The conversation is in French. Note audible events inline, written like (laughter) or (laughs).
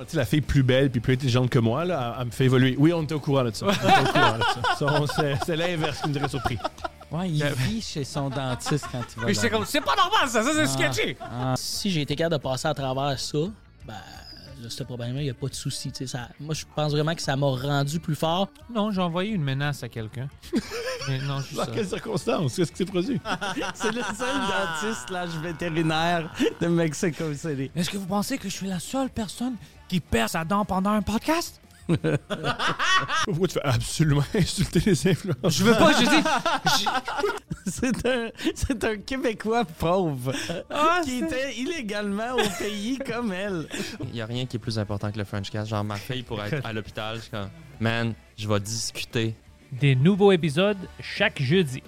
Tu sais, la fille plus belle puis plus intelligente que moi, là, elle, elle me fait évoluer. Oui, on était au courant de ça. On était au courant de ça. Ça, on- c'est- C'est l'inverse qui nous aurait surpris. Ouais, il vit chez son dentiste quand il va. Puis j'étais là. comme, c'est pas normal ça, ça c'est Ah. sketchy. Ah, Si j'ai été capable de passer à travers ça, ben, là, ce problème-là, il n'y a pas de souci. tu sais, Ça, moi, je pense vraiment que ça m'a rendu plus fort. Non, j'ai envoyé une menace à quelqu'un. Mais non, juste Dans ça. quelles circonstances? Qu'est-ce qui s'est produit? C'est le seul dentiste lâche vétérinaire de Mexico City. Est-ce que vous pensez que je suis la seule personne qui perd sa dent pendant un podcast? Pourquoi tu fais absolument (laughs) insulter les influenceurs? Je veux pas, je dis. (laughs) C'est un, c'est un Québécois pauvre Ah, qui était illégalement au pays comme elle. Il n'y a rien qui est plus important que le French Cast. Genre, ma fille, pour être à l'hôpital, je suis comme, man, je vais discuter. Des nouveaux épisodes chaque jeudi.